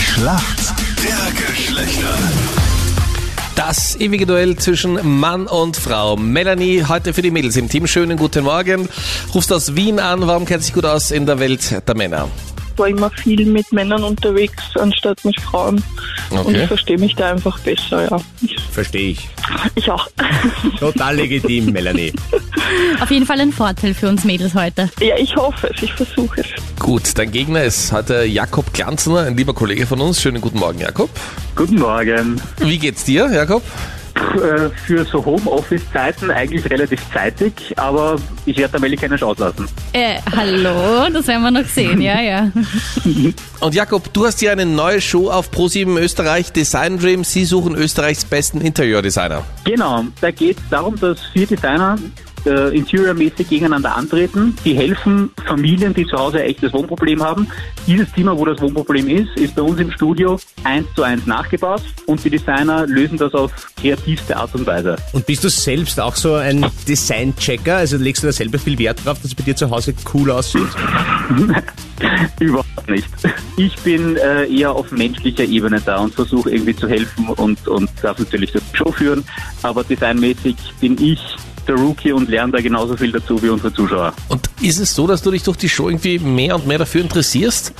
Schlacht der Geschlechter. Das ewige Duell zwischen Mann und Frau. Melanie, heute für die Mädels im Team. Schönen guten Morgen. Rufst aus Wien an. Warum kennt sich gut aus in der Welt der Männer? war immer viel mit Männern unterwegs, anstatt mit Frauen. Und Okay. ich verstehe mich da einfach besser, ja. Verstehe ich. Ich auch. Total legitim, Melanie. Auf jeden Fall ein Vorteil für uns Mädels heute. ja, ich hoffe es, ich versuche es. Gut, dein Gegner ist heute Jakob Glanzner, ein lieber Kollege von uns. Schönen guten Morgen, Jakob. Guten Morgen. Wie geht's dir, Jakob? Äh, Für so Homeoffice-Zeiten eigentlich relativ zeitig, aber ich werde da Melli keinen Chance lassen. Äh, hallo, das werden wir noch sehen, ja, ja. Und Jakob, du hast ja eine neue Show auf ProSieben Österreich, Design Dream. Sie suchen Österreichs besten Interiordesigner. Genau, da geht es darum, dass vier Designer äh, interiormäßig gegeneinander antreten. Die helfen Familien, die zu Hause ein echtes Wohnproblem haben. Dieses Zimmer, wo das Wohnproblem ist, ist bei uns im Studio eins zu eins nachgebaut und die Designer lösen das auf kreativste Art und Weise. Und bist du selbst auch so ein Design-Checker? Also legst du da selber viel Wert drauf, dass es bei dir zu Hause cool aussieht? Überhaupt nicht. Ich bin äh, eher auf menschlicher Ebene da und versuche irgendwie zu helfen und, und darf natürlich das Show führen, aber designmäßig bin ich der Rookie und lerne da genauso viel dazu wie unsere Zuschauer. Und ist es so, dass du dich durch die Show irgendwie mehr und mehr dafür interessierst?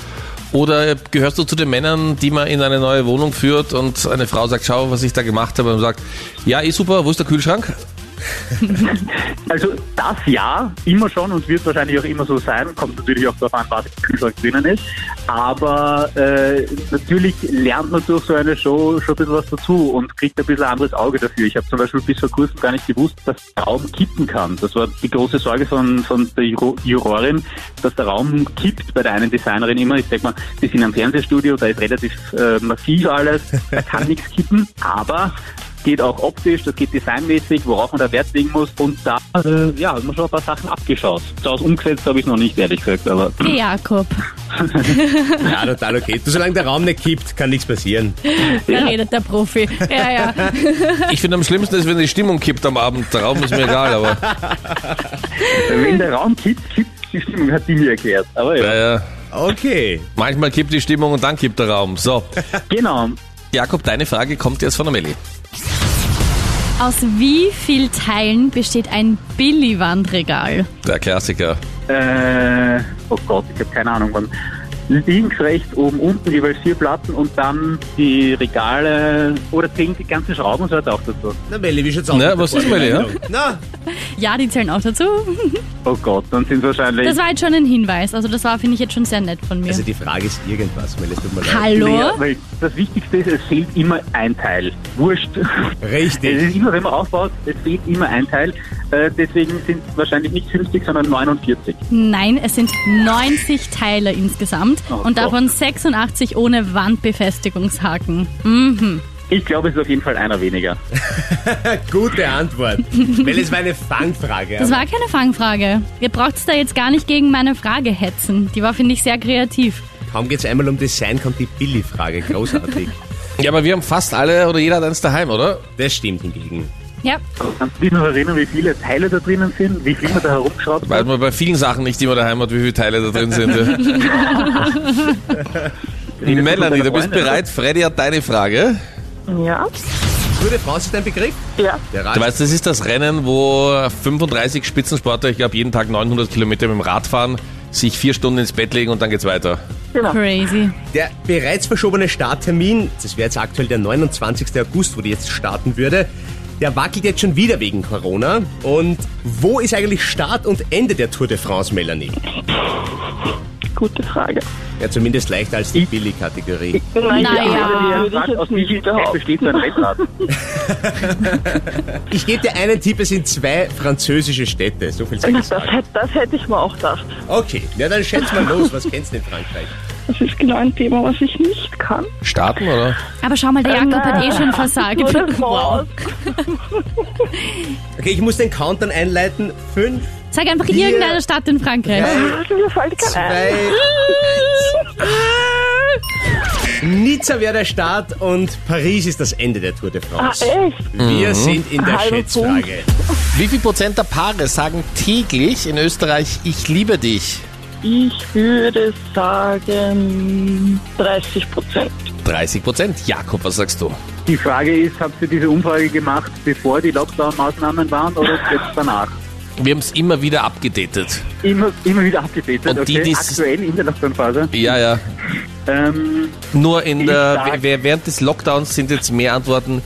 Oder gehörst du zu den Männern, die man in eine neue Wohnung führt und eine Frau sagt, schau, was ich da gemacht habe und sagt, ja, eh super, wo ist der Kühlschrank? Also das ja, immer schon und wird wahrscheinlich auch immer so sein, kommt natürlich auch darauf an, was im Kühlschrank drinnen ist, aber äh, natürlich lernt man durch so eine Show schon ein bisschen was dazu und kriegt ein bisschen ein anderes Auge dafür. Ich habe zum Beispiel bis vor kurzem gar nicht gewusst, dass der Raum kippen kann. Das war die große Sorge von, von der Juro- Jurorin, dass der Raum kippt bei der einen Designerin immer. Ich sag mal, wir sind am Fernsehstudio, da ist relativ äh, massiv alles, da kann nichts kippen, aber geht auch optisch, das geht designmäßig, worauf man da Wert legen muss. Und da, äh, ja, hat man schon ein paar Sachen abgeschaut. Daraus umgesetzt habe ich noch nicht, ehrlich gesagt, aber Hey, Jakob, Ja, Ah, total okay. Du, solange der Raum nicht kippt, kann nichts passieren. da redet der Profi. Ja, ja. Ich finde am schlimmsten ist, wenn die Stimmung kippt am Abend. Der Raum ist mir egal, aber Äh, wenn der Raum kippt, kippt die Stimmung, hat die mir erklärt. Aber ja, äh, Okay. manchmal kippt die Stimmung und dann kippt der Raum. So, genau. Jakob, deine Frage kommt jetzt von der Melli. Aus wie viel Teilen besteht ein Billy-Wandregal? Der Klassiker. Äh, oh Gott, ich habe keine Ahnung. Wann. Links, rechts, oben, unten, jeweils vier Platten und dann die Regale oder zählen die ganzen Schrauben und so weiter auch dazu. Na, Melli, wie schaut's aus? Na, mit der was ist, Melli, ja? Vorbereitung? Na, Ja, die zählen auch dazu. Oh Gott, dann sind wahrscheinlich... Das war jetzt schon ein Hinweis, also das war, finde ich, jetzt schon sehr nett von mir. also die Frage ist irgendwas, Melli, es tut mir leid. Naja, Hallo? weil das Wichtigste ist, es fehlt immer ein Teil. Wurscht. Richtig. Es ist immer, wenn man aufbaut, es fehlt immer ein Teil. Äh, deswegen sind es wahrscheinlich nicht 50, sondern 49. Nein, es sind 90 Teile insgesamt Oh und davon 86 ohne Wandbefestigungshaken. Mhm. Ich glaube, es ist auf jeden Fall einer weniger. Gute Antwort. Melli, es war eine Fangfrage. Das war keine Fangfrage. Ihr braucht da jetzt gar nicht gegen meine Frage hetzen. Die war, finde ich, sehr kreativ. Kaum geht's einmal um Design, kommt die Billy-Frage. Großartig. Ja, aber wir haben fast alle oder jeder hat eins daheim, oder? Das stimmt hingegen. Ja, Kannst du dich noch erinnern, wie viele Teile da drinnen sind? Wie viel man da herumschraubt? Weiß man bei vielen Sachen nicht, die man daheim hat, wie viele Teile da drin sind. mit Melanie, deiner du bist Freundin, oder? bereit. Freddy hat deine Frage. Ja, Gute Frau, ist das dein Begriff? ja. Der Du Rat. weißt, das ist das Rennen, wo 35 Spitzensportler, ich glaube, jeden Tag 900 Kilometer mit dem Rad fahren, sich vier Stunden ins Bett legen und dann geht's weiter. crazy. Der bereits verschobene Starttermin, das wäre jetzt aktuell der 29. August, wo die jetzt starten würde, der wackelt jetzt schon wieder wegen Corona. Und wo ist eigentlich Start und Ende der Tour de France, Melanie? Gute Frage. Ja, zumindest leichter als die Billy-Kategorie. Naja. würde ich Aus jetzt wie viel nicht Zeit behaupten. besteht so ein Rennrad? Ich gebe dir einen Tipp, es sind zwei französische Städte. So viel soll ich Das, sagen. hätte- das hätte ich mir auch gedacht. Okay, ja, dann schätz mal los, was kennst du in Frankreich? Das ist genau ein Thema, was ich nicht kann. Starten, oder? Aber schau mal, Äh, der Jakob hat eh schon versagt. Nur das Wow. Wort. Okay, ich muss den Countdown einleiten. Fünf, Sag einfach Hier. irgendeine Stadt in Frankreich. Also, Mir fällt kein ein. zwei, Nizza wäre der Start und Paris ist das Ende der Tour de Ah, France. echt? äh. Wir Mhm. sind in der Halber Schätzfrage. Wie viel Prozent der Paare sagen täglich in Österreich, ich liebe dich? Ich würde sagen 30 Prozent. 30 Prozent. Jakob, was sagst du? Die Frage ist, habt ihr diese Umfrage gemacht, bevor die Lockdown-Maßnahmen waren oder jetzt danach? Wir haben es immer wieder abgedatet. Immer, immer wieder abgebetet, Und die, okay? die's- Aktuell in der Lockdown-Phase. Ja, ja. Ähm, Nur in Ich der, sag- wer- während des Lockdowns sind jetzt mehr Antworten.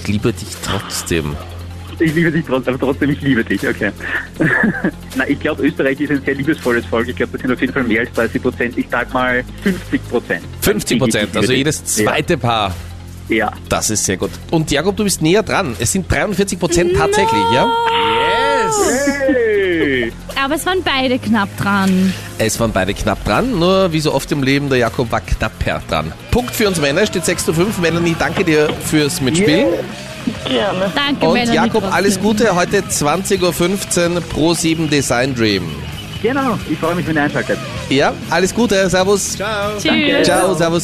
Ich liebe dich trotzdem. ich liebe dich trotzdem, aber trotzdem, ich liebe dich, okay. Na, ich glaube, Österreich ist ein sehr liebesvolles Volk. Ich glaube, das sind auf jeden Fall mehr als 30 Prozent. Ich sag mal 50 Prozent. 50 Prozent, also jedes zweite Paar. Ja. ja. Das ist sehr gut. Und Jakob, du bist näher dran. Es sind 43 Prozent tatsächlich, ja? Hey. Aber es waren beide knapp dran. Es waren beide knapp dran, nur wie so oft im Leben, der Jakob war knapper dran. Punkt für uns Männer, steht 6 zu 5. Melanie, danke dir fürs Mitspielen. Gerne. Danke, Und Melanie. Jakob, trotzdem. alles Gute. Heute 20.15 Uhr pro 7 Design Dream. Genau, ich freue mich, wenn ihr einschaltet. Ja, alles Gute. Servus. Ciao. Tschüss. Ciao, servus.